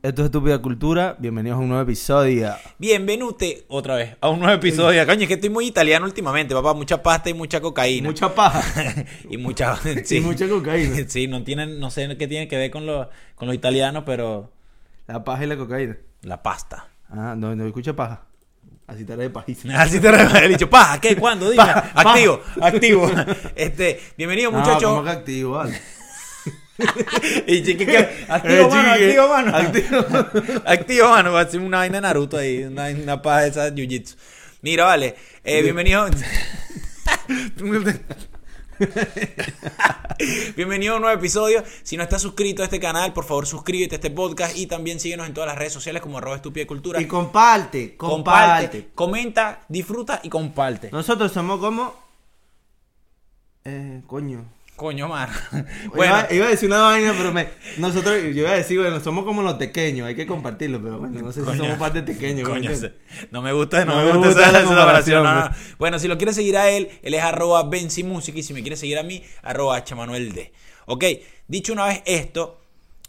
esto es Estúpida Cultura. Bienvenidos a un nuevo episodio. Bienvenute otra vez a un nuevo episodio. Coño, es que estoy muy italiano últimamente, papá. Mucha pasta y mucha cocaína. Mucha paja. y mucha. sí. Y mucha cocaína. Sí, no tienen, no sé qué tiene que ver con los, con los italianos, pero La paja y la cocaína. la pasta. Ah, no, no escucha paja. Así te haré de pajita. Así te recuerdo, he dicho, paja, ¿qué? ¿Cuándo? Dime. Paja, paja. activo, activo. Este, bienvenido, No, muchachos. ¿cómo que activo, vale? y chiqui, ¿qué? Eh, Activo, mano, chiqui, activo, mano. activo. Activo, mano. Va a ser una vaina de Naruto ahí, una, una paja de esa de Jiu-Jitsu. Mira, vale. Eh, bienvenido. Bienvenido a un nuevo episodio. Si no estás suscrito a este canal, por favor suscríbete a este podcast y también síguenos en todas las redes sociales como arroba estúpida cultura. Y comparte, comparte. comenta, disfruta y comparte. Nosotros somos como. Eh, coño. Coño, Mar. Bueno. Bueno, Iba, iba a decir una vaina, pero me, nosotros, yo iba a decir, bueno, somos como los pequeños, hay que compartirlo, pero bueno, no sé si Coño. somos parte pequeños. ¿me Coño, entiendes? se- no me gusta, No no, me me gusta, gusta esa, la esa comparación, comparación, no, no, bro. no. Bueno, si lo quieres seguir a él, él es arroba Benzimusic y si me quieres seguir a mí, arroba Chamanuel D. Ok, dicho una vez esto,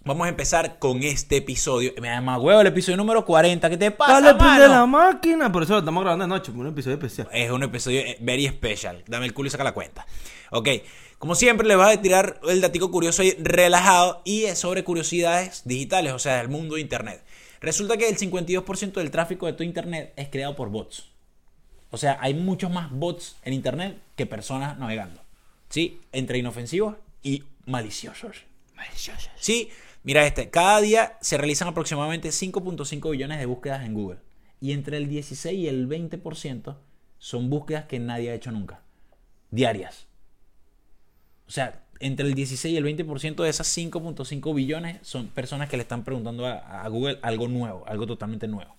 vamos a empezar con este episodio. Me llama huevo el episodio número 40. ¿Qué te pasa, Dale, prende mano? la máquina. Por eso lo estamos grabando de noche, un episodio especial. Es un episodio eh, very special. Dame el culo y saca la cuenta. Ok. Como siempre, les voy a tirar el datico curioso y relajado y es sobre curiosidades digitales, o sea, del mundo de Internet. Resulta que el 52% del tráfico de todo Internet es creado por bots. O sea, hay muchos más bots en Internet que personas navegando. ¿Sí? Entre inofensivos y maliciosos. Sí, mira este. Cada día se realizan aproximadamente 5.5 billones de búsquedas en Google. Y entre el 16 y el 20% son búsquedas que nadie ha hecho nunca. Diarias. O sea, entre el 16 y el 20% de esas 5.5 billones son personas que le están preguntando a, a Google algo nuevo, algo totalmente nuevo.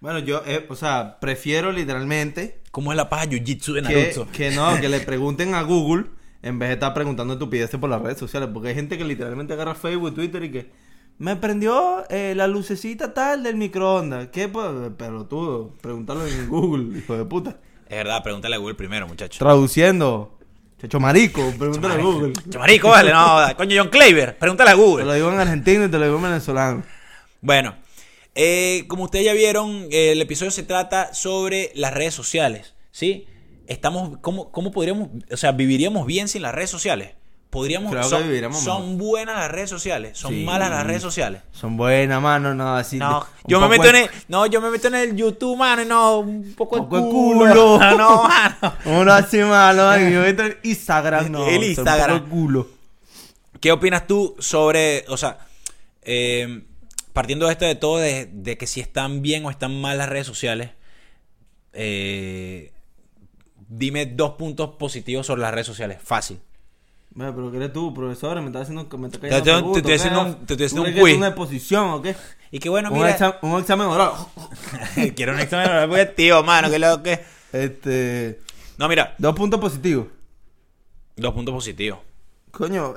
Bueno, yo, eh, o sea, prefiero literalmente ¿Cómo es la paja Jiu-Jitsu que, de Naruto? que no, que le pregunten a Google en vez de estar preguntando estupideces por las redes sociales. Porque hay gente que literalmente agarra Facebook, Twitter y que me prendió eh, la lucecita tal del microondas. ¿Qué? Pues, pelotudo. Pregúntalo en Google, hijo de puta. Es verdad, pregúntale a Google primero, muchacho. Traduciendo. Chacho marico, pregúntale a Google. Chamarico, vale, no, coño, John Claver, pregúntale a Te Google. lo digo en argentino y te lo digo en venezolano. Bueno, eh, como ustedes ya vieron, eh, el episodio se trata sobre las redes sociales, ¿sí? Estamos, ¿cómo, cómo podríamos, o sea, viviríamos bien sin las redes sociales? Podríamos, Creo que son, viviríamos son buenas las redes sociales, son Sí. malas las redes sociales. Son buenas, mano, no, así. No, un yo me poco meto en el, no, yo me meto en el YouTube, mano, y no, un poco, Poco el de culo. culo. No, no, mano. Uno así malo, man, y yo me meto en Instagram, no. El soy un Instagram. poco culo. ¿Qué opinas tú sobre, o sea, eh, partiendo de esto de todo, de, de que si están bien o están mal las redes sociales, eh, dime dos puntos positivos sobre las redes sociales. Fácil. Bueno, pero ¿qué eres tú, profesor? Me estás haciendo, me estás Te estoy- cayendo te estoy preguntas, haciendo ¿qué? un- te estoy ¿Tú haciendo un crees que quiz. es una exposición o qué? Y que bueno, un, mira, exam- un examen oral. quiero un examen oral porque tío, mano, que lo que... Este, No, mira, dos puntos positivos. dos puntos positivos. Coño,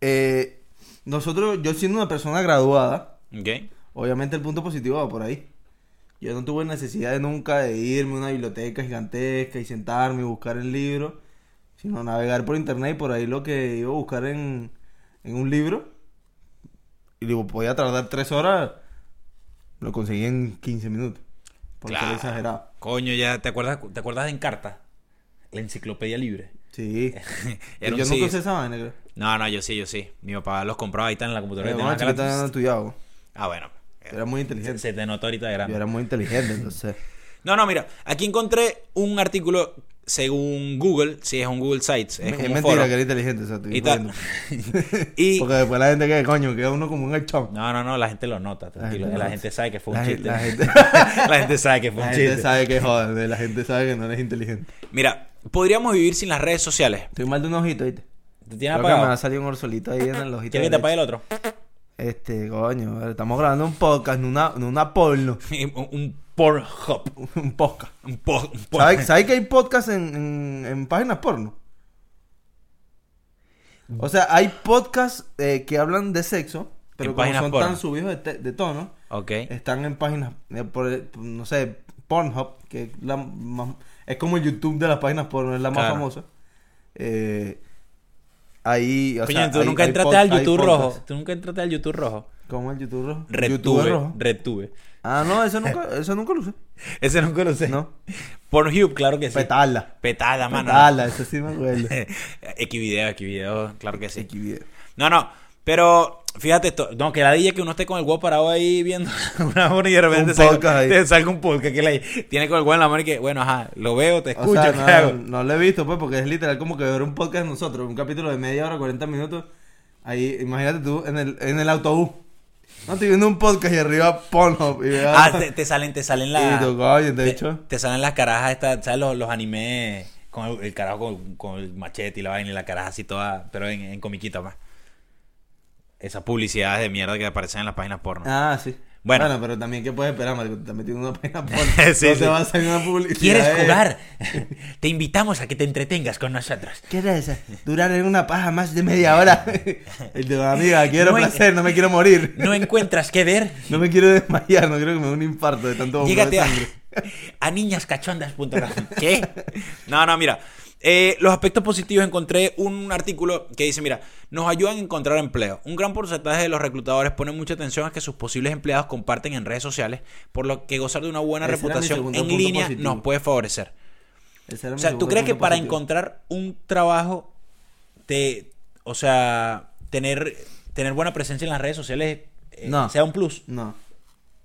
eh, nosotros, yo siendo una persona graduada, ¿Ok? obviamente el punto positivo va por ahí. Yo no tuve necesidad de nunca de irme a una biblioteca gigantesca y sentarme y buscar el libro, sino navegar por internet y por ahí lo que iba a buscar en, en un libro. Y digo, podía tardar tres horas, lo conseguí en 15 minutos. Por ser Claro. exagerado. Coño, ya, ¿te acuerdas, te acuerdas de Encarta? La enciclopedia libre. Sí. Era yo un nunca CD. usé esa vaina, creo. No, no, yo sí, yo sí. Mi papá los compraba ahí están en la computadora. Pero y Eh, bueno, tenía chiquito no gratis. estudiaba. Ah, bueno. Yo era muy Se, inteligente. se te notó ahorita de grande. Yo era muy inteligente, entonces. No, no, mira, aquí encontré un artículo según Google, si es un Google Sites, es Es, como un mentira foro. que era inteligente, o sea, estoy Y tal. jodiendo. Y- Porque después la gente que coño, queda uno como un echón. No, no, no, la gente lo nota, tranquilo. La gente gente, lo nota. sabe que fue un La chiste. gente- la gente- La gente sabe que fue La un gente chiste. sabe que joder, la gente sabe que no eres inteligente. Mira, podríamos vivir sin las redes sociales. Estoy mal de un ojito, ¿viste? ¿Te Creo tienes que me va a apagado? salir un orsolito ahí en el ojito. ¿Quieres que te apague el derecho. otro? Este, coño, estamos grabando un podcast, no una, no una porno. un un Pornhub. Un podcast. Un, por, un por- ¿Sabes sabes que hay podcast en, en- en páginas porno? O sea, hay podcasts eh, que hablan de sexo, pero En como páginas son porno. tan subidos de, te- de tono, Ok. están en páginas, eh, por- no sé, Pornhub, que es, la más- es como el YouTube de las páginas porno, es la más Claro. famosa. Eh, Ahí, o Coño, sea, tú hay- nunca hay entraste pod- al hay YouTube podcasts. rojo. Tú nunca entraste al YouTube rojo. ¿Cómo el YouTube rojo? ¿YouTube Retuve. rojo? Retuve. Ah, no, eso nunca, eso nunca lo usé. Ese nunca lo sé. No. Pornhub, claro que sí. Petala. Petada, mano. Petala, eso sí me acuerdo. Xvideo, Xvideo, claro que sí. Xvideo. No, no, pero fíjate esto. No, que la DJ que uno esté con el huevo parado ahí viendo una hora y de repente Un podcast ahí. te salga un podcast que le tiene con el huevo en la mano y que, bueno, ajá, lo veo, te O escucho, sea, ¿qué no, hago? no lo he visto, pues, porque es literal como que ver un podcast de nosotros, un capítulo de media hora, 40 minutos. Ahí, imagínate tú, en el, en el autobús. No, estoy viendo un podcast y arriba Pornhub. Y veo- Ah, te, te salen, te salen las. Y tú, coño, de te- hecho. Te salen las carajas estas, ¿sabes? Los, los animes con el, el carajo con, con el machete y la vaina y la caraja así toda, pero en, en comiquita más. Esas publicidades de mierda que aparecen en las páginas porno. Ah, sí. Bueno. Bueno. pero también, ¿qué puedes esperar, Marco? También tiene una página porno. Sí, no sí. te va a salir una publicidad. eh. ¿Quieres de- jugar? Te invitamos a que te entretengas con nosotros. ¿Quieres durar en una paja más de media hora? Y te va, amiga, quiero No en- placer, no me quiero morir. ¿No encuentras qué ver? No me quiero desmayar, no creo que me dé un infarto de tanto bombeo de Llégate a, sangre. a niñascachondas.com. ¿Qué? No, no, mira. Eh, los aspectos positivos, encontré un artículo que dice, mira, nos ayudan a encontrar empleo. Un gran porcentaje de los reclutadores ponen mucha atención a que sus posibles empleados comparten en redes sociales, por lo que gozar de una buena Ese era mi reputación segundo en punto línea positivo. nos puede favorecer. Ese era O mi sea, ¿tú segundo crees que punto para positivo. encontrar un trabajo, te, o sea, tener, tener buena presencia en las redes sociales eh, No. sea un plus? No.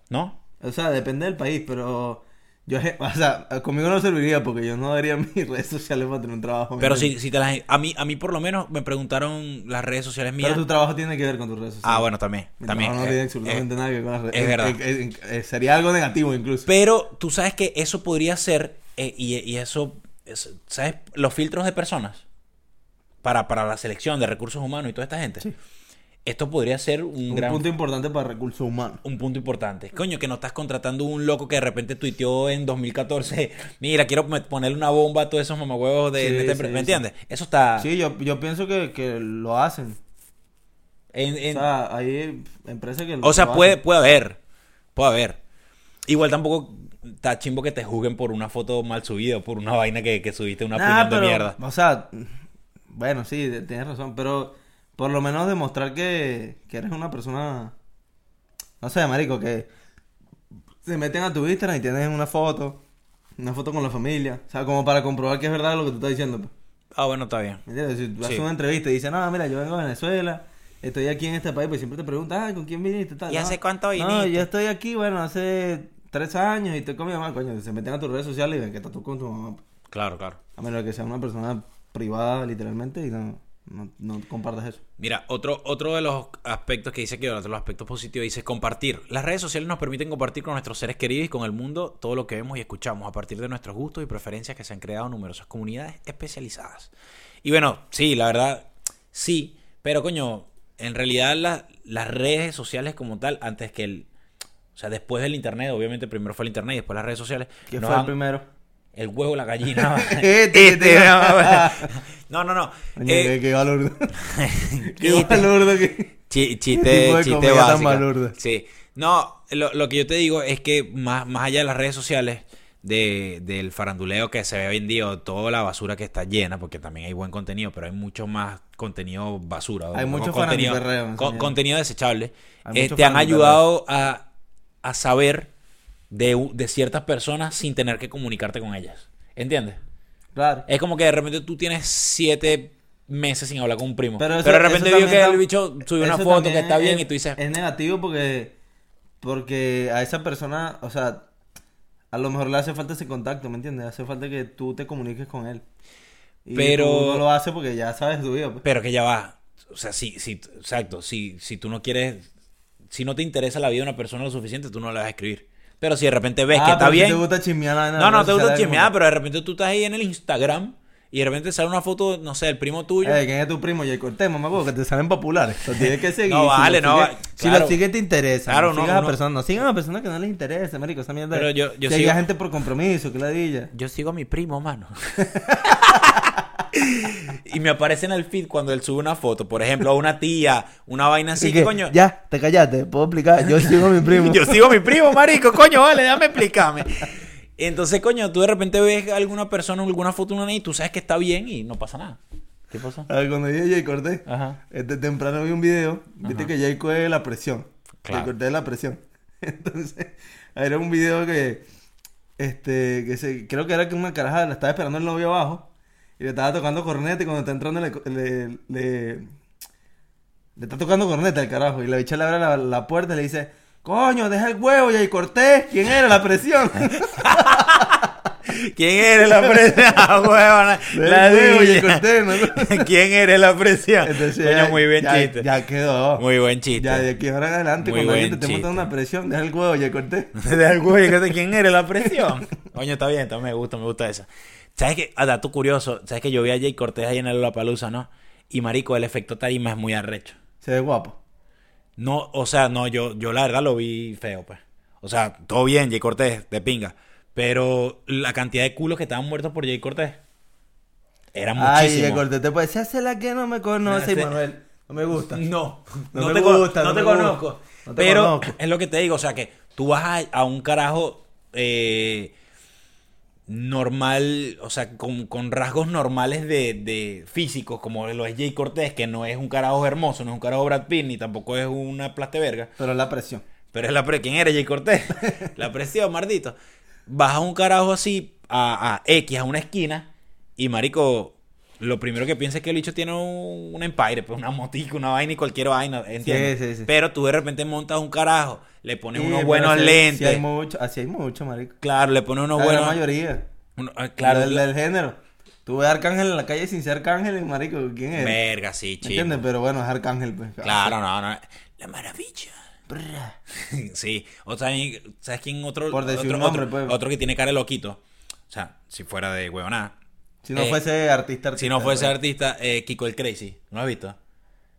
¿No? O sea, depende del país, pero... Yo, je- o sea, conmigo no serviría porque yo no daría mis redes sociales para tener un trabajo. Pero ¿me si, si te las... A mí, a mí por lo menos me preguntaron las redes sociales mías. Pero tu trabajo tiene que ver con tus redes sociales. Ah, bueno, también. Mi también trabajo no eh, tiene eh, absolutamente nada que ver con las redes es eh, verdad. eh, eh, eh, sería algo negativo incluso. Pero tú sabes que eso podría ser... eh, y, y eso... es- ¿Sabes? Los filtros de personas. Para, para la selección de recursos humanos y toda esta gente. Esto podría ser un, un gran... punto importante para recursos humanos. Un punto importante. Coño, que no estás contratando un loco que de repente tuiteó en 2014. Mira, quiero me- ponerle una bomba a todos esos mamahuevos de... Sí, de esta empre- sí, ¿Me sí. entiendes? Eso está... Sí, yo, yo pienso que, que lo hacen. en- en- O sea, hay empresas que lo O sea, lo puede, hacen. puede haber. Puede haber. Igual tampoco está chimbo que te juzguen por una foto mal subida o por una vaina que, que subiste una Nah, opinión de pero, mierda. O sea, bueno, sí, de- tienes razón, pero por lo menos demostrar que, que eres una persona, no sé, marico, que se meten a tu Instagram y tienes una foto, una foto con la familia, o sea, como para comprobar que es verdad lo que tú estás diciendo. pues. Ah, bueno, está bien. ¿Me entiendes? Si tú haces Sí. una entrevista y dices, no, mira, yo vengo de Venezuela, estoy aquí en este país, pues siempre te preguntan, ah, ¿con quién viniste? Tal, ¿Y no, hace cuánto No, viniste?" yo estoy aquí, bueno, hace tres años y estoy con mi mamá, coño, se meten a tus redes sociales y ven que estás tú con tu mamá. pues. Claro, claro. A menos que sea una persona privada, literalmente, y no, no, no compartas eso. Mira, otro, otro de los aspectos que dice que otro de los aspectos positivos dice compartir. Las redes sociales nos permiten compartir con nuestros seres queridos y con el mundo todo lo que vemos y escuchamos a partir de nuestros gustos y preferencias que se han creado numerosas comunidades especializadas. Y bueno, sí, la verdad, sí, pero coño, en realidad la- las redes sociales como tal, antes que el... O sea, después del internet, obviamente primero fue el internet y después las redes sociales. ¿Qué nos fue el han- primero? el huevo, la gallina. Este, este, no, no, no. Coño, Eh, qué, qué balurdo. y- qué balurdo que... Chi- Qué chiste, tipo de chiste comida tan básica. balurda. Sí. No, lo, lo que yo te digo es que más, más allá de las redes sociales, de, del faranduleo que se ve vendido, toda la basura que está llena, porque también hay buen contenido, pero hay mucho más contenido basura. Hay o mucho contenido, farandiperreo, en co- serio. contenido desechable. Hay Eh, mucho te han farandiperreo. ayudado a, a saber de, u- de ciertas personas sin tener que comunicarte con ellas. ¿Entiendes? Claro. Es como que de repente tú tienes siete meses sin hablar con un primo. Pero, eso- de repente eso vio que también el tam- bicho subió una eso foto también que está bien es- y tú dices, Es negativo porque... Porque a esa persona, o sea... A lo mejor le hace falta ese contacto, ¿me entiendes? Hace falta que tú te comuniques con él. Y Pero- tú no lo hace porque ya sabes tu vida. pues. pero que ya va. O sea, si, si, exacto, si, si tú no quieres, si no te interesa la vida de una persona lo suficiente, tú no la vas a escribir. Pero si de repente ves Ah, que está pero sí bien. te gusta chismear la- no, no, te gusta chismear, la- pero de repente tú estás ahí en el Instagram y de repente sale una foto, no sé, del primo tuyo. Eh, ¿quién es tu primo? Jay Cortés, mamá, porque te salen populares. Lo tienes que seguir. No si lo vale, no sigues- vale. Si Claro. lo sigues te interesa. Claro, no, no, sigas no. a personas, no sigan a personas que no les interesa, marico, esa mierda. Pero yo- yo si sigo- hay gente por compromiso, que ladilla. Yo sigo a mi primo, mano. y me aparece en el feed cuando él sube una foto, por ejemplo, a una tía, una vaina así, Así que, coño. ya, te callaste, puedo explicar. Yo sigo a mi primo. Yo sigo a mi primo, marico, coño, vale, dame explícame. Entonces, coño, tú de repente ves a alguna persona, alguna foto, una niña, y tú sabes que está bien y no pasa nada. ¿Qué pasó? A ver, cuando dije Jay Cortés, Ajá. este, temprano vi un video, viste que Jay Cortés es la presión. Claro. Jay Cortés es la presión. Entonces, era un video que, este, que se, creo que era que una caraja la estaba esperando el novio abajo y le estaba tocando corneta y cuando está entrando le, le, le, le está tocando corneta al carajo y la bicha le abre la, la puerta y le dice, coño, deja el huevo Jay Cortés, ¿quién era la presión? ¿Quién eres la presión? Ah, huevona, Del la huevo, Jay dilla. Cortés, ¿no? ¿Quién eres la presión? Entonces, Coño, ya- muy bien ya- chiste. Ya quedó. Muy buen chiste. Ya de aquí ahora en adelante, Muy cuando alguien te buen esté montando chiste. una presión, deja el huevo, ya corté. De algo, yo creo que quién eres la presión. Coño, está bien, está- me gusta, me gusta esa. ¿Sabes qué? A dato curioso, ¿sabes que yo vi a Jay Cortés ahí en el Lollapalooza, no? Y marico, el efecto tarima es muy arrecho. Se ve guapo. No, o sea, no, yo, yo la verdad lo vi feo, pues. O sea, todo bien, Jay Cortés, de pinga. Pero la cantidad de culos que estaban muertos por Jay Cortés era Ay, muchísimo. ya corté. Te puedes hacer la que no me conoce, Me hace- Manuel. No me gusta. No, No no, me te, con- gusta, no no te me conozco. gusta. No te pero conozco. es lo que te digo, o sea que tú vas a, a un carajo eh, normal, o sea, con, con rasgos normales de, de físicos, como lo es Jay Cortés, que no es un carajo hermoso, no es un carajo Brad Pitt, ni tampoco es una plasteverga. Pero la presión. Pero es la pre... ¿Quién era Jay Cortés? la presión, mardito. Vas a un carajo así, a, a X, a una esquina, y marico, lo primero que piensa es que el bicho tiene un, un empire, pues una motica, una vaina y cualquier vaina, ¿entiendes? Sí, sí, sí. Pero tú de repente montas un carajo, le pones Sí, unos pero buenos así- lentes. Así hay mucho, así hay mucho, marico. Claro, le pones unos la gran buenos... mayoría. uno- ah, Claro. claro, Del, del género. Tú ves a Arcángel en la calle sin ser Arcángel, marico. ¿Quién es? verga, sí, ¿Me chico. entiendes? Pero bueno, es Arcángel, pues. Claro, no, no. La maravilla. Brr. Sí, o también, ¿sabes quién otro? Por decir otro, un nombre, otro, pues. otro que tiene cara de loquito. O sea, si fuera de huevonada. Si no Eh, fuese artista, artista. Si no fuese pues. artista, eh, Kiko el Crazy, ¿no has visto?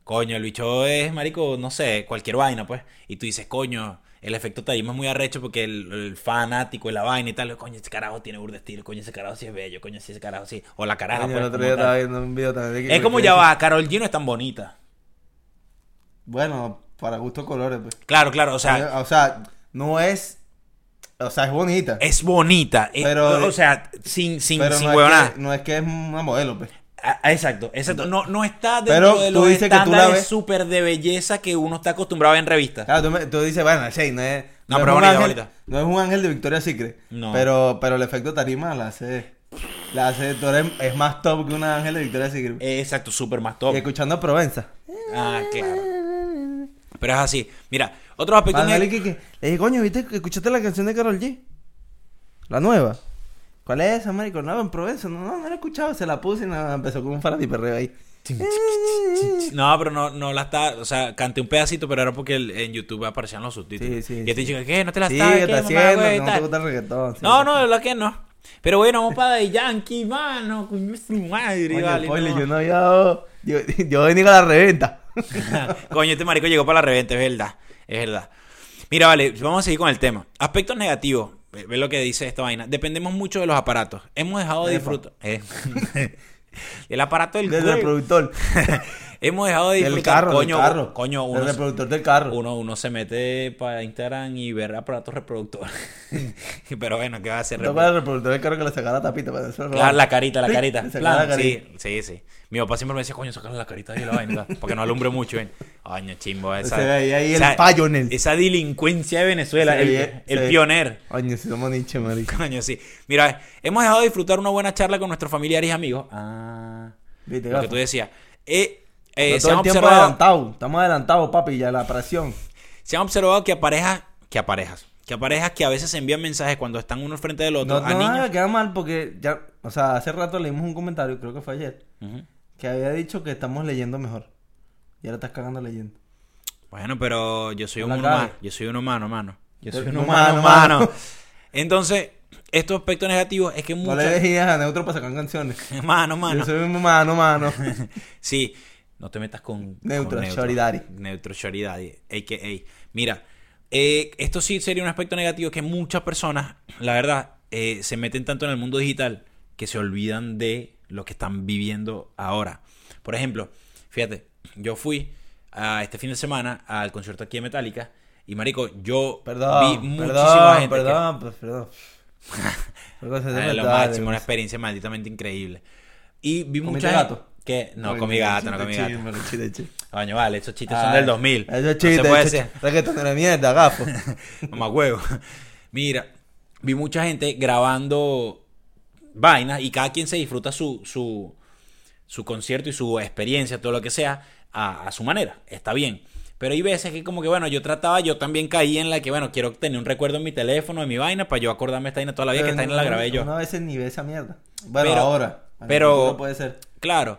Coño, el bicho es, marico, no sé, cualquier vaina, pues. Y tú dices, coño, el efecto tarima es muy arrecho porque el, el fanático y la vaina y tal, coño, ese carajo tiene burda estilo, coño, ese carajo sí es bello, coño, sí, ese carajo sí. O la caraja, Coño, pues, el otro como día tal. estaba viendo un video también. de que- Es como ya va, Carol G no es tan bonita. Bueno, para gusto colores, pues. Claro, claro, o sea, o sea, no es. O sea, es bonita. es bonita. es- Pero- eh, o sea, sin, sin, pero sin no, huevonada. es que, no es que es una modelo, pues. Ah, ah, Exacto, exacto. No, no está Pero dentro de tú los dices que tú la estándares ves. súper de belleza que uno está acostumbrado a ver en revistas. Claro, tú, me- tú dices, bueno, Shane no es. No, es pero un bonita, ángel- bonita. No es un ángel de Victoria Secret. No. Pero, pero el efecto tarima la hace. La hace. Tú eres- es más top que un ángel de Victoria Secret. Eh, Exacto, súper más Y top. escuchando a Provenza. Ah, claro. Pero es así. Mira, otros aspectos. Manuel y neg- Kike, Le dije, coño, ¿viste? ¿Escuchaste la canción de Carol G? La nueva. ¿Cuál es esa, marico? No, en Provenza. No, no, no la he escuchado. Se la puse y nada, empezó con un faratiperreo ahí. No, pero no, no la está. O sea, canté un pedacito, pero era porque el- en YouTube aparecían los subtítulos. Sí, sí, y este sí. chico, ¿qué? ¿No te la Sí, sabes? que ¿Qué, está mamá, güey? haciendo, Y no te tal. gusta el reggaetón. sí. No, no, de la que no. Pero bueno, vamos para de Yankee, mano. Coño, su madre, Coño, vale, spoiler, no. yo no había dado- Yo, yo venía con la reventa. Coño, este marico llegó para la reventa, es verdad, es verdad. Mira, vale, vamos a seguir con el tema. Aspectos negativos, ve ve lo que dice esta vaina. Dependemos mucho de los aparatos. Hemos dejado de Epa. disfrutar. eh, el aparato del Del cuerpo. reproductor. Hemos dejado de Del disfrutar. carro, coño, del carro. coño, Del uno, se- reproductor del carro. uno, uno se mete para Instagram y ver aparatos reproductores. Pero bueno, ¿qué va a hacer? No para el reproductor del carro que le sacara la tapita. Para eso La, la carita, la Sí, carita. le Plan, sacaba la carita. Sí, sí, sí. Mi papá siempre me decía, coño, sacarle la carita y la vaina, tal, porque no alumbre mucho, ven. Coño, chimbo, esa. Se veía ahí el esa- payo en él. Esa delincuencia de Venezuela, Se el, veía- el se- pioner. Coño, si somos niche, marico. Coño, sí. Mira, hemos dejado de disfrutar una buena charla con nuestros familiares y amigos. Ah. Viste, Lo que gafa. tú decías. Eh, eh, No se, todo han el tiempo observado, adelantado. Estamos adelantados, papi, ya la presión. se han observado que a parejas, que a parejas, que a parejas que a veces se envían mensajes cuando están uno frente del otro No, a no, niños. nada, queda mal porque ya, o sea, hace rato leímos un comentario, creo que fue ayer, Ujú. que había dicho que estamos leyendo mejor. Y ahora estás cagando leyendo. Bueno, pero yo soy No un la humano. cagues. Yo soy un humano, mano. Yo soy Pero un no, mano, humano, mano. mano. Entonces, estos aspectos negativos es que No le muchas... dejes a neutro para sacar canciones. mano, mano. Yo soy un humano, mano. Sí, no te metas con... Neutro, con Shorty Daddy. Neutro Shorty Daddy, a.k.a. Mira, eh, esto sí sería un aspecto negativo que muchas personas, la verdad, eh, se meten tanto en el mundo digital que se olvidan de lo que están viviendo ahora. Por ejemplo, fíjate, yo fui a este fin de semana al concierto aquí de Metallica y marico, yo Perdón, vi muchísima perdón, gente que- perdón, pues, perdón. Perdón, se Ah, hace lo mental, máximo, güey. una experiencia malditamente increíble. Y vi ¿Comiste mucha gato? gente- Que no Ay, comí marico, gato, no chiste, comí chiste, gato. chiste, chiste. Ah, Coño, vale, esos chistes son Ay, del 2000. Eso es no chiste, se puede eso es ser. chiste. Reggaetonero de mierda, gafo. Mamá huevo. Mira, vi mucha gente grabando vainas y cada quien se disfruta su, su, su concierto y su experiencia, todo lo que sea, a, a su manera. Está bien. Pero hay veces que como que, bueno, yo trataba, yo también caí en la que, bueno, quiero tener un recuerdo en mi teléfono, en mi vaina, para yo acordarme esta vaina toda la vida, que esta vaina la grabé yo. No, a veces ni ve esa mierda. Bueno, Pero- ahora. Bueno, pero- No puede ser. Claro.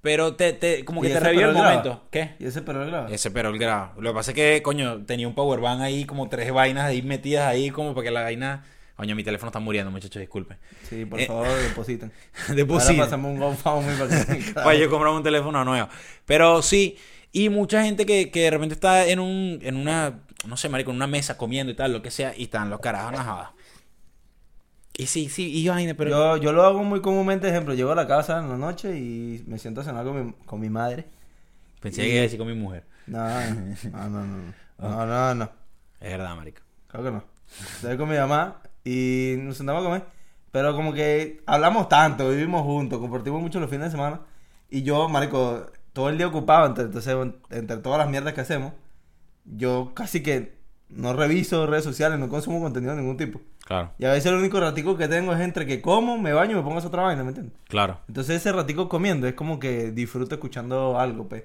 Pero te, te- como ¿Y que te ese revivió el perol graba? momento. ¿Qué? ¿Y ese perro graba? Ese pero el grado. Lo que pasa es que, coño, tenía un power bank ahí, como tres vainas ahí metidas ahí, como para que la vaina. Coño, mi teléfono está muriendo, muchachos, disculpen. Sí, por Eh. favor, depositen. Depositen. Ahora pasamos un GoFundMe para que... Para yo comprar un teléfono nuevo. Pero sí, y mucha gente que, que de repente está en un, en una, no sé, marico, en una mesa comiendo y tal, lo que sea, y están los carajos najadas. Y sí, sí, y vaina, pero. Yo, yo lo hago muy comúnmente, ejemplo, llego a la casa en la noche y me siento a cenar con mi, con mi madre. Pensé que iba a decir con mi mujer. No, no, no, no, no, no, no, no, Es verdad, marico. claro que no. Estoy con mi mamá y nos sentamos a comer, pero como que hablamos tanto, vivimos juntos, compartimos mucho los fines de semana y yo, marico, todo el día ocupado, entre, entonces, entre todas las mierdas que hacemos, yo casi que no reviso redes sociales, no consumo contenido de ningún tipo. Claro, Y a veces el único ratico que tengo es entre que como, me baño y me pongo a hacer otra vaina, ¿me entiendes? claro. Entonces ese ratico comiendo es como que disfruto escuchando algo, pues.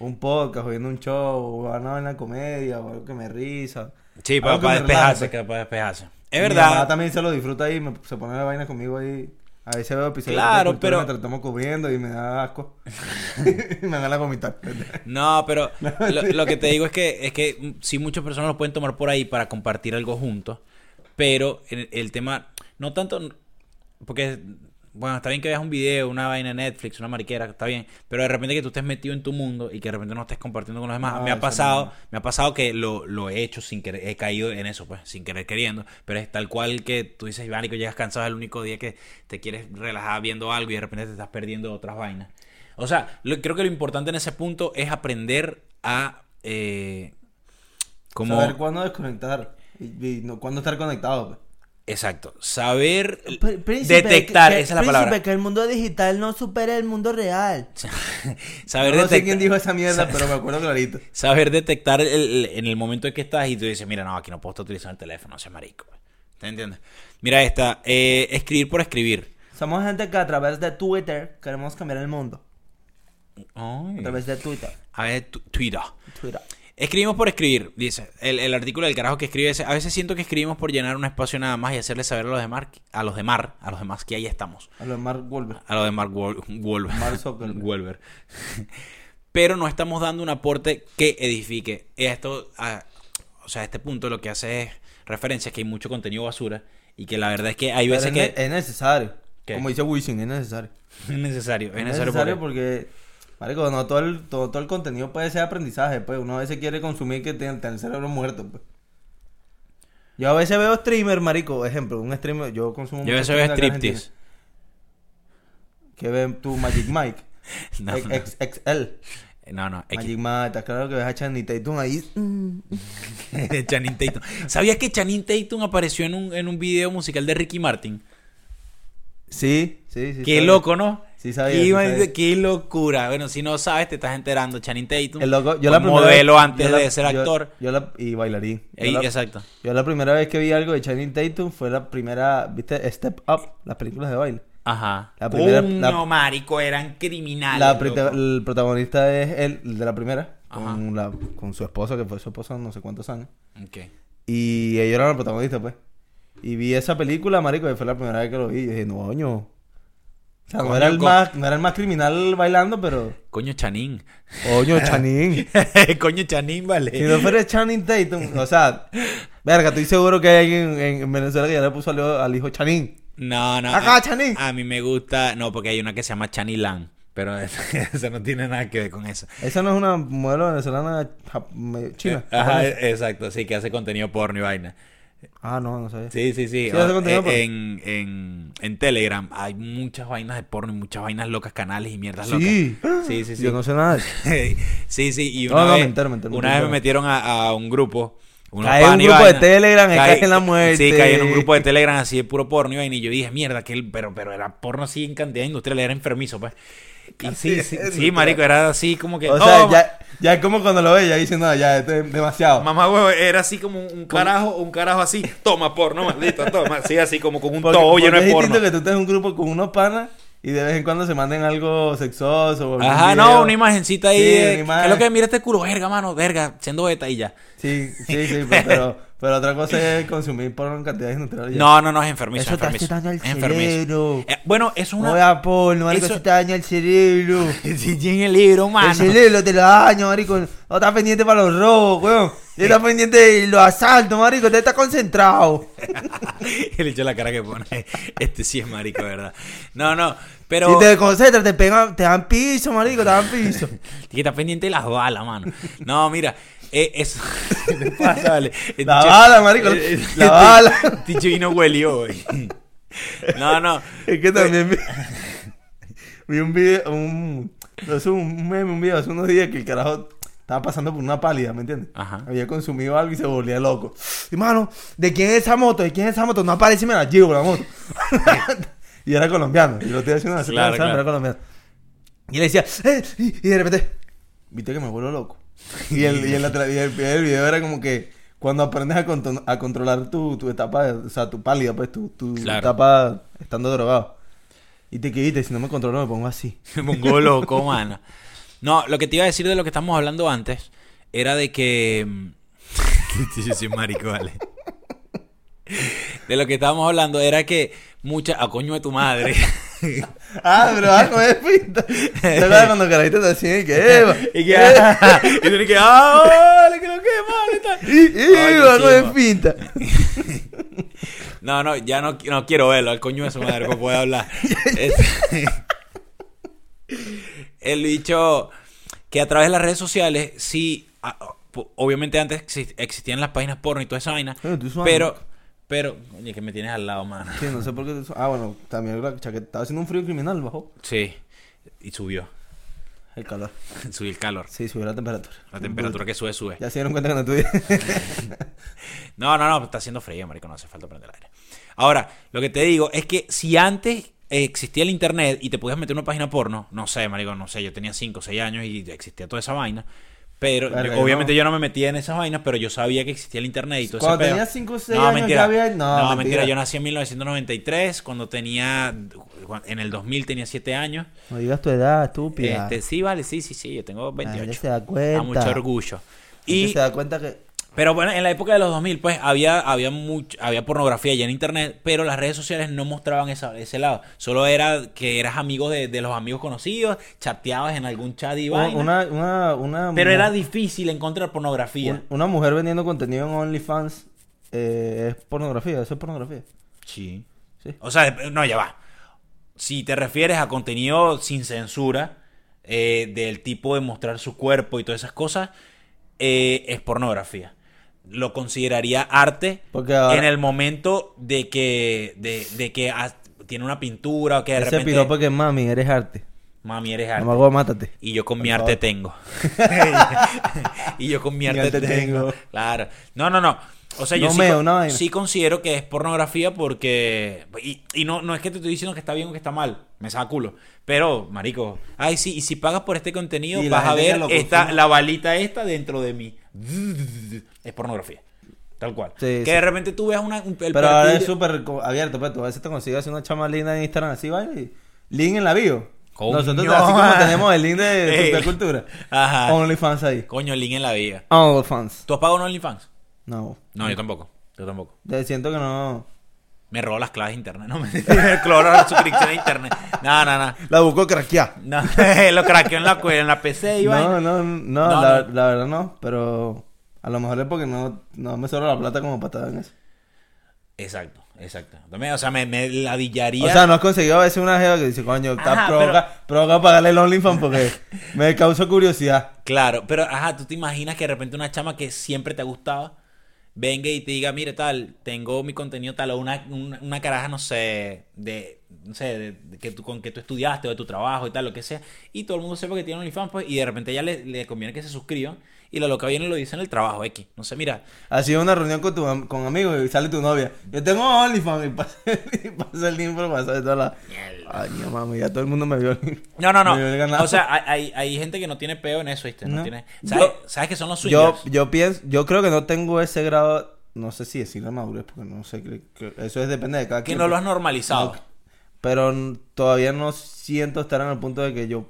Un podcast, oyendo un show, o una vaina de comedia, o algo que me risa. Sí, Algo para, que me despejarse, relaje, pues. que para despejarse. Mi Es mamá verdad. también se lo disfruta ahí, me- se pone la vaina conmigo ahí. A veces veo episodios Claro, de cultura pero- mientras estamos comiendo y me da asco. me van a vomitar. No, pero lo, lo que te digo es que es que mm, sí muchas personas lo pueden tomar por ahí para compartir algo juntos, pero el, el tema no tanto porque bueno, está bien que veas un video, una vaina de Netflix, una mariquera, está bien, pero de repente que tú estés metido en tu mundo y que de repente no estés compartiendo con los demás, No, me ha eso pasado, no. me ha pasado que lo, lo he hecho sin querer, he caído en eso, pues, sin querer queriendo, pero es tal cual que tú dices, Iván, y que llegas cansado, es el único día que te quieres relajar viendo algo y de repente te estás perdiendo otras vainas. O sea, lo- creo que lo importante en ese punto es aprender a... eh, como... Saber cuándo desconectar y, y no, cuándo estar conectado, pues. Exacto, saber Pr- príncipe, detectar, que- que- esa es la palabra. Príncipe, que el mundo digital no supera el mundo real. saber no sé detectar- quién dijo esa mierda, pero me acuerdo clarito. saber detectar el- el- en el momento en que estás y tú dices, mira, no, aquí no puedo estar utilizando el teléfono, ese marico. ¿Te entiendes? Mira esta, eh, escribir por escribir. Somos gente que a través de Twitter queremos cambiar el mundo. A Ay. través de Twitter. A ver, tu- Twitter. Twitter. Escribimos por escribir, dice. El, el artículo del carajo que escribe dice, a veces siento que escribimos por llenar un espacio nada más y hacerle saber a los demás, a los demás, a los demás que ahí estamos. A lo de Mark Wahlberg. A lo de Mark Wahl- Wahlberg. Mark Zuckerberg. Wahlberg. Pero no estamos dando un aporte que edifique. Esto, ah, o sea, este punto lo que hace es referencia que hay mucho contenido basura y que la verdad es que hay Pero veces es, ne- que es necesario. ¿Qué? Como dice Wisin, es necesario. es necesario. Es necesario, porque, marico, no todo el, todo, todo el contenido puede ser aprendizaje, pues. Uno a veces quiere consumir que tenga el cerebro muerto, pues. Yo a veces veo streamer, marico, ejemplo, un streamer, yo consumo Yo a mucho veces veo streamer acá en striptease. Argentina. Que ven tu Magic Mike. No, Ex- no. ex- XL. No, no. X. Magic Mike, está claro que ves a Channing Tatum ahí. Channing Tatum. ¿Sabías que Channing Tatum apareció en un, en un video musical de Ricky Martin? Sí, sí, sí. Qué sabe. loco, ¿no? Sí sabía, Qué, sí man- sabía. qué locura. Bueno, si no sabes, te estás enterando. Channing Tatum. El loco, yo fue la primera Pues modelo vez- antes yo la- de ser yo- actor. Yo, la, y bailarín. Yo Ey, la- Exacto. Yo la primera vez que vi algo de Channing Tatum fue la primera, ¿viste? Step Up, las películas de baile. Ajá. La primera- la- no, marico, eran criminales. La prota- Ah, loco. el protagonista es él, el de la primera, Ajá. con, la, con su esposa, que fue su esposa no sé cuántos años. Ok. Y ellos eran los protagonistas, pues. Y vi esa película, marico, y fue la primera vez que lo vi. Y dije, no, coño. O sea, no Coño, era, el co- más, no era el más criminal bailando, pero... Coño Chanín. Coño, Channing. Coño Chanín, vale. Si no fuera Channing Tatum, o sea... Verga, estoy seguro que hay alguien en, en Venezuela que ya le puso al, al hijo Channing. No, no. Ajá, a- Chanín. A mí me gusta. No, porque hay una que se llama Chanilán. Pero eso no tiene nada que ver con eso. Esa no es una modelo venezolana jap- me- china. Eh, Ajá, exacto. Sí, que hace contenido porno y vaina. Ah, no, no sabía. Sí, sí, Sí, sí. hace O- contenido eh, porno. en, en, en Telegram hay muchas vainas de porno y muchas vainas locas, canales y mierdas Sí. locas. Sí, sí, sí. Yo no sé nada de eso. sí, sí, y No, una no, vez, mentira, mentira, una vez me mentira. metieron a, a un grupo. unos Cae en un pan y grupo de vaina. Telegram, cae en la muerte. Sí, caí en un grupo de Telegram así de puro porno y vaina. Y yo dije, mierda, que él, pero, pero era porno así en cantidad industrial, era enfermizo, pues. Y sí, sí, sí, marico, era así como que. O "No, sea, ma- ya, ya es como cuando lo ves, ya dice, no, ya, esto es demasiado. Mamá huevo, era así como un carajo, un carajo así. Toma porno, maldito, toma. Sí, así como con un Porque- todo lleno porque de es porno. distinto que tú estés en un grupo con unos panas y de vez en cuando se manden algo sexoso. o algún Ajá, video. no, una imagencita ahí. Sí, de- una ¿qué imagen. es lo que mira este culo? Verga, mano, verga, siendo beta y ya. Sí, sí, sí, pero, pero, pero otra cosa es consumir porno en cantidades industriales. No, no, no, es enfermizo. Eso es te hace enfermizo, daño al es enfermizo. cerebro. Eh, bueno, es No una. vea porno, marico, eso- eso te daña el cerebro. Sí, tiene el libro, mano. El cerebro te lo daña, marico. No estás pendiente para los robos, weón. No estás pendiente de los asaltos, marico. Te estás concentrado. El hecho la cara que pone. Este sí es marico, ¿verdad? No, no, pero. Si te concentras, te pegan, te dan piso, marico, te dan piso. Y que está pendiente de las balas, mano. No, mira, eh, eso. ¿Qué te pasa, vale? La bala, marico, la bala. Ticho y no huelió hoy. No, no. Es que también vi, vi un video, un, no es un meme, un video hace unos días que el carajo estaba pasando por una pálida, ¿me entiendes? Ajá. Había consumido algo y se volvía loco. Hermano, ¿de quién es esa moto? ¿De quién es esa moto? No aparece, me la llevo la moto. Y era colombiano. Y lo estoy haciendo así, Claro, ¿sabes? claro. Era colombiano. Y le decía, eh, y y de repente, Viste que me vuelvo loco. Y el, y el, atra- y el- el video era como que cuando aprendes a, conto- a controlar tu, tu etapa, de- o sea, tu pálida, pues tu, tu Claro. etapa estando drogado. Y te quediste, si no me controlo me pongo así. Mongo loco, mano. No, lo que te iba a decir de lo que estamos hablando antes era de que. mm, Yo soy marico, vale. De lo que estábamos hablando era que mucha. A coño de tu madre. Ah, pero vas a comer pinta. ¿Te acuerdas cuando carajitos te hacían y que, eh, Eva? y que. ah, y tú ni que. ¡Ah! Vale, que lo que madre! y tal. Ay, qué Eva, chimba. comer pinta. No, no, ya no, qui- no quiero verlo. Al coño de su madre, no puede hablar. Este, el dicho que a través de las redes sociales, sí, a- po- obviamente antes exi- existían las páginas porno y toda esa vaina. Bueno, tú usas- Pero, pero, oye, que me tienes al lado, mano. Sí, no sé por qué. te- Ah, bueno, también la chaqueta. Estaba haciendo un frío criminal, bajó Sí, y subió. el calor. Subió el calor. Sí, subió la temperatura. La temperatura que sube, sube. Ya se dieron cuenta que no tuve. No, no, no, está haciendo frío, marico, no hace falta prender el aire. Ahora, lo que te digo es que si antes eh, existía el internet y te podías meter una página porno, no sé, marico, no sé, yo tenía 5 o 6 años y existía toda esa vaina, pero Verga, yo- yo obviamente no. yo no me metía en esas vainas, pero yo sabía que existía el internet y todo Cuando ese pedo. tenía cinco o seis años ya había- no, No, mentira. mentira. yo nací en 1993, cuando tenía en el 2000 tenía 7 años. no digas tu edad, estúpida. Este, sí, vale, sí, sí, sí, yo tengo La gente 28. se da Da cuenta. mucho orgullo. Y Y se da cuenta que. pero bueno, en la época de los 2000, pues había, había, much- había pornografía ya en internet, pero las redes sociales no mostraban esa- ese lado. Solo era que eras amigo de, de los amigos conocidos, chateabas en algún chat y vaina. Una, una, una, pero mu- era difícil encontrar pornografía. un- una mujer vendiendo contenido en OnlyFans eh, es pornografía, eso es pornografía. Sí. Sí. O sea, no, ya va. Si te refieres a contenido sin censura, eh, del tipo de mostrar su cuerpo y todas esas cosas, eh, es pornografía. Lo consideraría arte Porque ahora- en el momento de que, de, de que has- tiene una pintura o que de Ese repente... piropo que mami, eres arte. Mami, eres No arte. me hago, mátate. Y yo con Por mi favor. arte tengo. y yo con mi Mi arte, arte tengo. tengo. Claro. No, no, no. O sea, yo No sí, meo, con- una vaina. sí considero que es pornografía porque... Y, y no, no es que te estoy diciendo que está bien o que está mal. Me saca culo. Pero, marico... Ay, sí. Y si pagas por este contenido, Y la vas a gente que ver lo esta, consume. la balita esta dentro de mí. Es pornografía. Tal cual. Sí, que sí. de repente tú veas una, un- el Pero ahora es perfil- súper co- abierto, pues tú a veces te consigues una chama linda en Instagram así, ¿vale? Y Link en la bio. Coño. Nosotros así como tenemos el link de Ey. Super Cultura. Ajá. OnlyFans ahí. Coño, link en la vida. OnlyFans. ¿Tú has pagado un OnlyFans? No. No, yo tampoco. Yo tampoco. Te siento que no. Me robó las claves de internet, no me cloro la suscripción a internet. No, no, no. La busco craqueada. No, lo craqueó en la, cu- en la PC y No, no, vaina. no, No, la, no. la verdad no, pero a lo mejor es porque no, no me sobra la plata como patada en eso. Exacto, exacto. También, o sea, me, me ladillaría. O sea, no has conseguido a veces una jeva que dice, coño, Ajá, está provoca, provoca pagarle el OnlyFans porque me causó curiosidad. Claro, pero ajá, tú te imaginas que de repente una chama que siempre te ha gustado venga y te diga, mire tal, tengo mi contenido tal, o una, una, una caraja, no sé, de no sé, de- de que tú, con que tú estudiaste o de tu trabajo y tal, lo que sea, y todo el mundo sepa que tiene OnlyFans, pues, y de repente ya le, le conviene que se suscriban, y la loca viene y lo dice en el trabajo, X. No sé, mira, Ha sido una reunión con, tu, am- con amigos y sale tu novia. Yo tengo OnlyFans y pasa, y pasa el link por WhatsApp de toda la... Ay, mi mamá, ya todo el mundo me vio. No, no, no. Me vio el ganado. O sea, hay, hay, hay gente que no tiene peo en eso, ¿viste? No No. tiene... ¿Sabes, Yo- ¿Sabes que son los yo, swingers? yo pienso, yo creo que no tengo ese grado, no sé si decir la madurez, porque no sé, cre- cre- eso es, depende de cada que quien. no lo has normalizado. Ah, Pero n- todavía no siento estar en el punto de que yo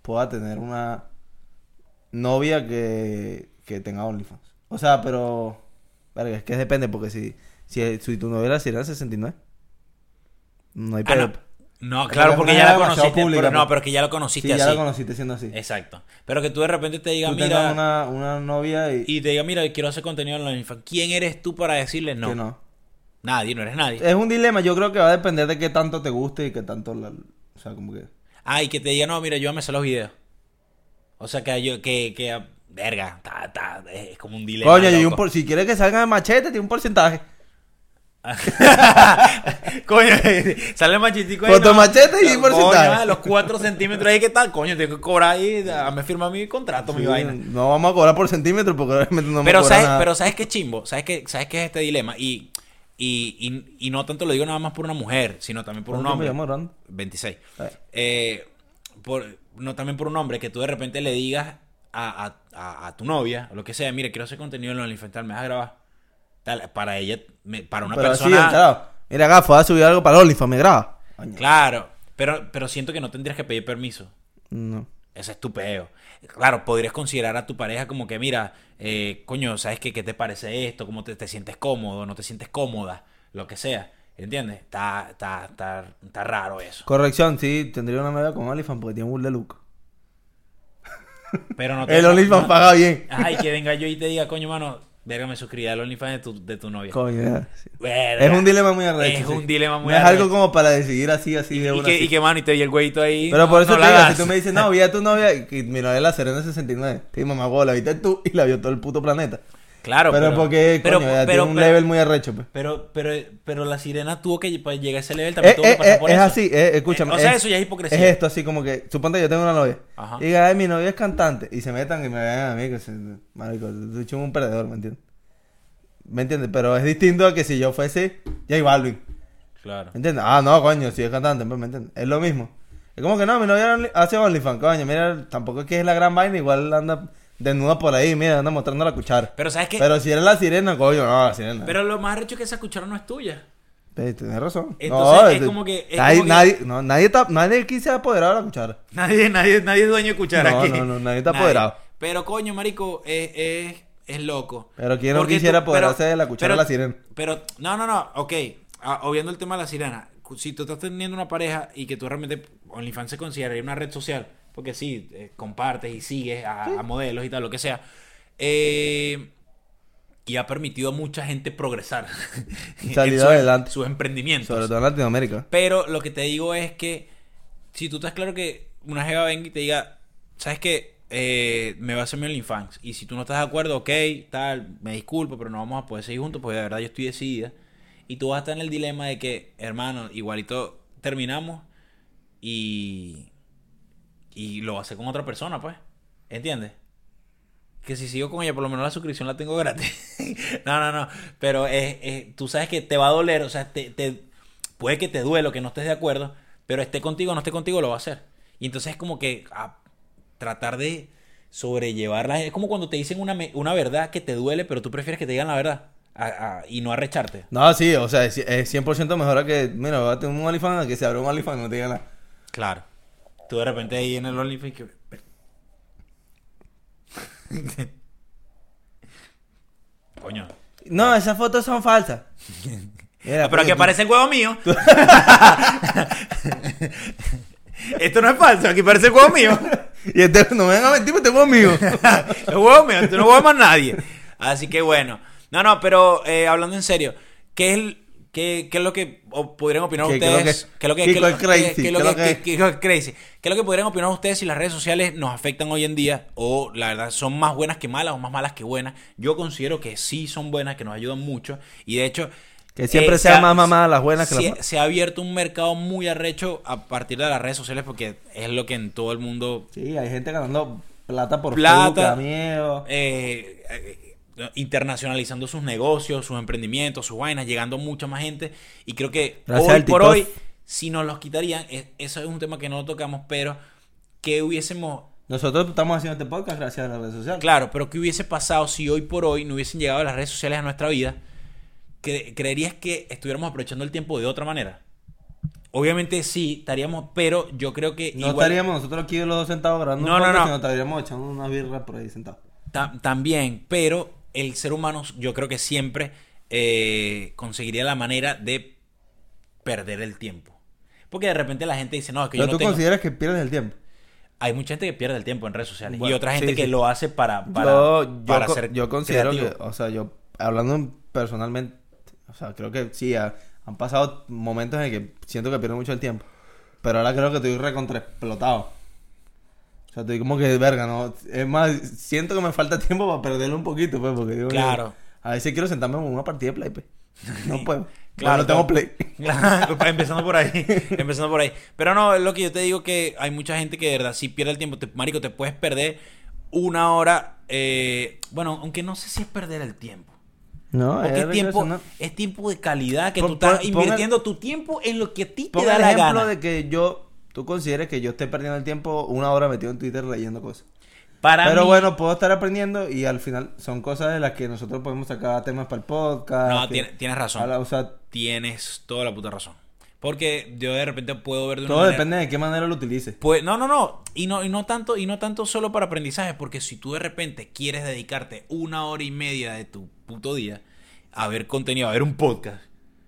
pueda tener una novia que, que tenga OnlyFans. O sea, pero. Verga, es que depende, porque si, si, si tu novia la hiciera 69, no hay Ah, no. pedo. No, Pero claro, es porque una ya la idea demasiado conociste. pública, pero no, pues. pero que ya lo Sí, conociste ya así. la conociste siendo así. Exacto. Pero que tú de repente te digas, Tú mira, tengas una, una novia y, y te diga, mira, quiero hacer contenido en la infancia. ¿Quién eres tú para decirle no? que no. Nadie, no eres nadie. Es un dilema, yo creo que va a depender de qué tanto te guste y qué tanto. la- o sea, como que. Ah, y que te diga, no, mira, yo me sé los videos. O sea, que yo, que, que, verga, ta, ta, es como un dilema. Coño, y un loco. por, si quieres que salga de machete, tiene un porcentaje. Coño, sale machitico ahí. Foto machete y Coño, porcentaje. los 4 centímetros ahí, ¿qué tal? Coño, tengo que cobrar ahí. ah, Me firma mi contrato, mi Sí, vaina. No vamos a cobrar por centímetro porque obviamente no me pero, cobra ¿sabes, nada. pero ¿sabes qué chimbo? ¿Sabes qué, ¿Sabes qué es este dilema? Y, y, y, y no tanto lo digo nada más por una mujer, sino también por un ¿Cuánto tiempo hombre. llevamos hablando? 26. Ah. Eh, por, no también por un hombre que tú de repente le digas a, a- a- a tu novia o lo que sea, mira, quiero hacer contenido en los infantil, me vas a grabar. Tal, para ella, me- para una Pero así, persona. encarado. Mira, gafo, vas a subir algo para el OnlyFans, me graba. Coño. Claro, pero, pero siento que no tendrías que pedir permiso. No. Ese es tu peo. Claro, podrías considerar a tu pareja como que, mira, eh, coño, ¿sabes qué? ¿Qué te parece esto? ¿Cómo te, te sientes cómodo? ¿No te sientes cómoda? Lo que sea. ¿Entiendes? Está, está, está, está raro eso. Corrección, sí, tendría una novia con OnlyFans porque tiene un de look. Pero no El OnlyFans no- paga bien. Ay, que venga yo y te diga, coño, mano, verga, me suscribí al OnlyFans de tu, de tu novia. Coño, ya, sí. Verga. Es un dilema muy arrecho. Es un sí. dilema muy No es arrecho. algo como para decidir así, así de Y una. que, así. y que, mano, y te vi el güeyito ahí. Pero por no, eso no te la digo, hagas. si tú me dices, no, vi a tu novia, que mi novia la Serena 69. Sí, mamá, huevo, la viste tú y la vio todo el puto planeta. Claro, pero, porque, pero- coño, ya pero- tiene un pero- level muy arrecho, pues. Pero, pero, pero la sirena tuvo que para llegar a ese level Eh, también tuvo eh, que pasar eh, por es eso. así, eh, escúchame. Eh, o sea, eso ya es hipocresía. Es esto, así como que, suponte que yo tengo una novia. Ajá. Y diga, ay, mi novia es cantante. Y se metan y me vean a mí, que se, marico, tú eres un perdedor, ¿me entiendes? ¿Me entiendes? Pero es distinto a que si yo fuese J Balvin. Claro. ¿Me entiendes? Ah, no, coño, si es cantante, pues, ¿me entiendes? Es lo mismo. Es como que no, mi novia only- hace OnlyFans, coño, mira, tampoco es que es la gran vaina, igual anda desnuda por ahí, mira, anda mostrando la cuchara. Pero ¿sabes qué? Pero si eres la sirena, coño, no, la sirena. Pero lo más recho es que esa cuchara no es tuya. Eh, Tienes razón. Entonces, es este- como que- es nadie, como que- nadie, no, nadie, está- nadie aquí se ha apoderado de la cuchara. Nadie, nadie, nadie es dueño de cuchara No, aquí. no, no, nadie está apoderado. Pero coño, marico, es, es, es loco. Pero ¿quién no Porque quisiera tú- apoderarse de la cuchara de la sirena? Pero, no, no, no, ok. Ah, obviando el tema de la sirena, cu- si tú estás teniendo una pareja y que tú realmente OnlyFans se consideraría una red social, porque sí, eh, compartes y sigues a, a modelos y tal, lo que sea. Eh, y ha permitido a mucha gente progresar. en Salir su- adelante. Sus emprendimientos. Sobre todo en Latinoamérica. Pero lo que te digo es que si tú estás claro que una jeva venga y te diga, ¿sabes qué? Eh, me va a hacer mi OnlyFans. Y si tú no estás de acuerdo, ok, tal, me disculpo, pero no vamos a poder seguir juntos porque de verdad yo estoy decidida. Y tú vas a estar en el dilema de que, hermano, igualito terminamos y, y lo va a hacer con otra persona, pues. ¿Entiendes? Que si sigo con ella, por lo menos la suscripción la tengo gratis. no, no, no. Pero es- es- tú sabes que te va a doler, o sea, te, te- puede que te duelo, que no estés de acuerdo, pero esté contigo o no esté contigo, lo va a hacer. Y entonces es como que a tratar de sobrellevarla. Es como cuando te dicen una, me- una verdad que te duele, pero tú prefieres que te digan la verdad a- a- y no arrecharte. No, sí, o sea, es es 100% mejor a que, mira, va a tener un OnlyFans, a que se abra un OnlyFans y no te diga nada. Claro. Tú de repente ahí en el OnlyFans que... Coño. No, esas fotos son falsas. Mira, pues, Ah, pero coño, aquí tú- aparece el huevo mío. Esto no es falso, aquí aparece el huevo mío. Y este, no me vengan a mentir, porque tengo mío. El huevo mío, tú no huevo más nadie. Así que bueno. No, no, pero eh, hablando en serio, ¿qué es, el- qué, qué es lo que o- podrían opinar ¿Qué- qué es lo ustedes? que- ¿Qué es lo que Kiko qué es lo- es crazy, qué- qué es lo qué es lo que- que- qué es lo que es crazy? ¿Qué es lo que podrían opinar ustedes si las redes sociales nos afectan hoy en día? O la verdad, son más buenas que malas o más malas que buenas. Yo considero que sí son buenas, que nos ayudan mucho. Y de hecho, Que siempre Eh, se sean ha- más mamadas las buenas que se, las malas. se ha abierto un mercado muy arrecho a partir de las redes sociales porque es lo que en todo el mundo Sí, hay gente ganando plata por Plata. Facebook, que da miedo. eh, eh, internacionalizando sus negocios, sus emprendimientos, sus vainas, llegando mucha más gente. Y creo que Gracias hoy al por TikTok. hoy, si nos los quitarían, es- eso es un tema que no lo tocamos, pero que hubiésemos Nosotros estamos haciendo este podcast gracias a las redes sociales. Claro, pero ¿qué hubiese pasado si hoy por hoy no hubiesen llegado las redes sociales a nuestra vida? ¿Cre- ¿Creerías que estuviéramos aprovechando el tiempo de otra manera? Obviamente sí, estaríamos, pero yo creo que No igual- estaríamos nosotros aquí los dos sentados grabando No, un no, podcast, no. sino estaríamos echando unas birras por ahí sentados. ta- también, pero el ser humano yo creo que siempre eh, conseguiría la manera de perder el tiempo. Porque de repente la gente dice, no, es que yo Pero no tú tengo... consideras que pierdes el tiempo. Hay mucha gente que pierde el tiempo en redes sociales y Bueno, otra gente sí, que sí. lo hace para, para, yo, yo, para co- ser yo considero creativo. que, o sea, yo hablando personalmente, o sea, creo que sí, ha- han pasado momentos en que siento que pierdo mucho el tiempo. Pero ahora creo que estoy recontra explotado. O sea, estoy como que verga, ¿no? Es más, siento que me falta tiempo para perderlo un poquito, pues, porque digo, Claro. A veces quiero sentarme en una partida de play, pues. No puedo. Claro, Claro, no tengo claro. play. Claro, pues, empezando por ahí, empezando por ahí. Pero no, es lo que yo te digo que hay mucha gente que de verdad si pierde el tiempo. Te- marico, te puedes perder una hora. eh, bueno, aunque no sé si es perder el tiempo. No, Porque es tiempo, ¿no? es tiempo de calidad que Pon- tú estás pon- ponga- invirtiendo tu tiempo en lo que a ti te Ponga da el la ejemplo gana. de que yo, tú consideres que yo esté perdiendo el tiempo una hora metido en Twitter leyendo cosas. Para Pero mí- bueno, puedo estar aprendiendo y al final son cosas de las que nosotros podemos sacar temas para el podcast. No, que- tiene- tienes razón. habla- o sea, Tienes toda la puta razón. Porque yo de repente puedo ver de una todo manera- depende de qué manera lo utilices. Pues no, no, no. Y no, y no tanto, y no tanto solo para aprendizaje, porque si tú de repente quieres dedicarte una hora y media de tu puto día a ver contenido, a ver un podcast,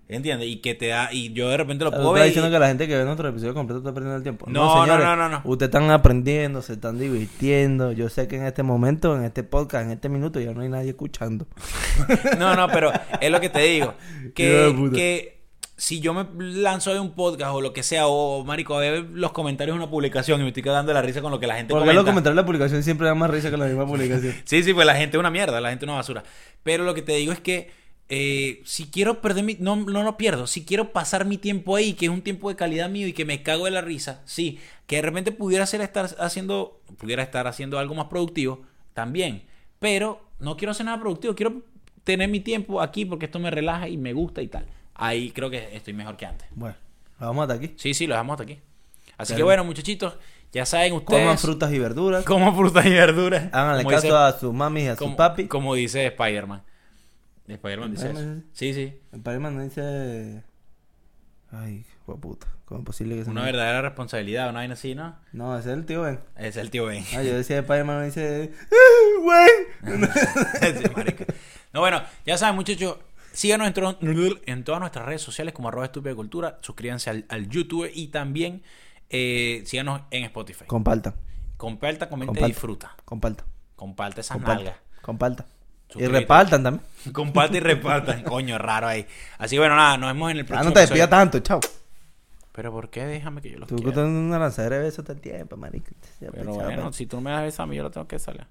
¿entiendes? Y que te da, y yo de repente lo O sea, puedo tú estás ver. y- diciendo que la gente que ve nuestro episodio completo está perdiendo el tiempo. No, no, señores, no, no, no. Ustedes están aprendiendo, se están divirtiendo. Yo sé que en este momento, en este podcast, en este minuto, ya no hay nadie escuchando. No, no, pero es lo que te digo. Hijo de Que, puta. que si yo me lanzo de un podcast o lo que sea, o marico, a ver los comentarios de una publicación y me estoy quedando de la risa con lo que la gente Porque los comenta. comentarios de la publicación siempre dan más risa que la misma publicación. Sí, sí, pues la gente es una mierda, la gente es una basura. Pero lo que te digo es que eh, si quiero perder mi... No, no lo pierdo, si quiero pasar mi tiempo ahí, que es un tiempo de calidad mío y que me cago de la risa, sí, que de repente pudiera, ser estar haciendo, pudiera estar haciendo algo más productivo, también. Pero no quiero hacer nada productivo, quiero tener mi tiempo aquí porque esto me relaja y me gusta y tal. Ahí creo que estoy mejor que antes. Bueno, vamos hasta aquí. Sí, sí, lo dejamos hasta aquí. Así que Claro. bueno, muchachitos, ya saben ustedes... Coman frutas y verduras. Coman frutas y verduras. Háganle como caso dice- a sus mamis y a sus como, papis. como dice Spider-Man. Spider-Man dice eso. Spider-Man Sí, sí. El padre no dice. Ay, hijo de puta. ¿Cómo es posible que se Una me- verdadera responsabilidad, una vaina así, ¿no? No, ese es el tío Ben. Es el tío Ben. Ah, yo decía, el padre no dice. "Ah, ¡Güey! Sí, marica. no, bueno, ya saben, muchachos. Síganos en, tro- en todas nuestras redes sociales como arroba estúpida cultura. Suscríbanse al, al YouTube y también eh, síganos en Spotify. Compartan, Comparta, comenta y Comparta. disfruta. compartan, Comparta esas compartan. nalgas. Compartan. Y Suscríbete. repartan también. Comparte y repartan. Coño, raro ahí. Así que bueno, nada, nos vemos en el Ah, próximo no te episodio. despidas tanto, chao. Pero ¿por qué? Déjame que yo los Tú quiera. que estás en una lanzadera de besos todo el tiempo, marico. Pero bueno, si tú no me das esa, a mí yo la tengo que salir.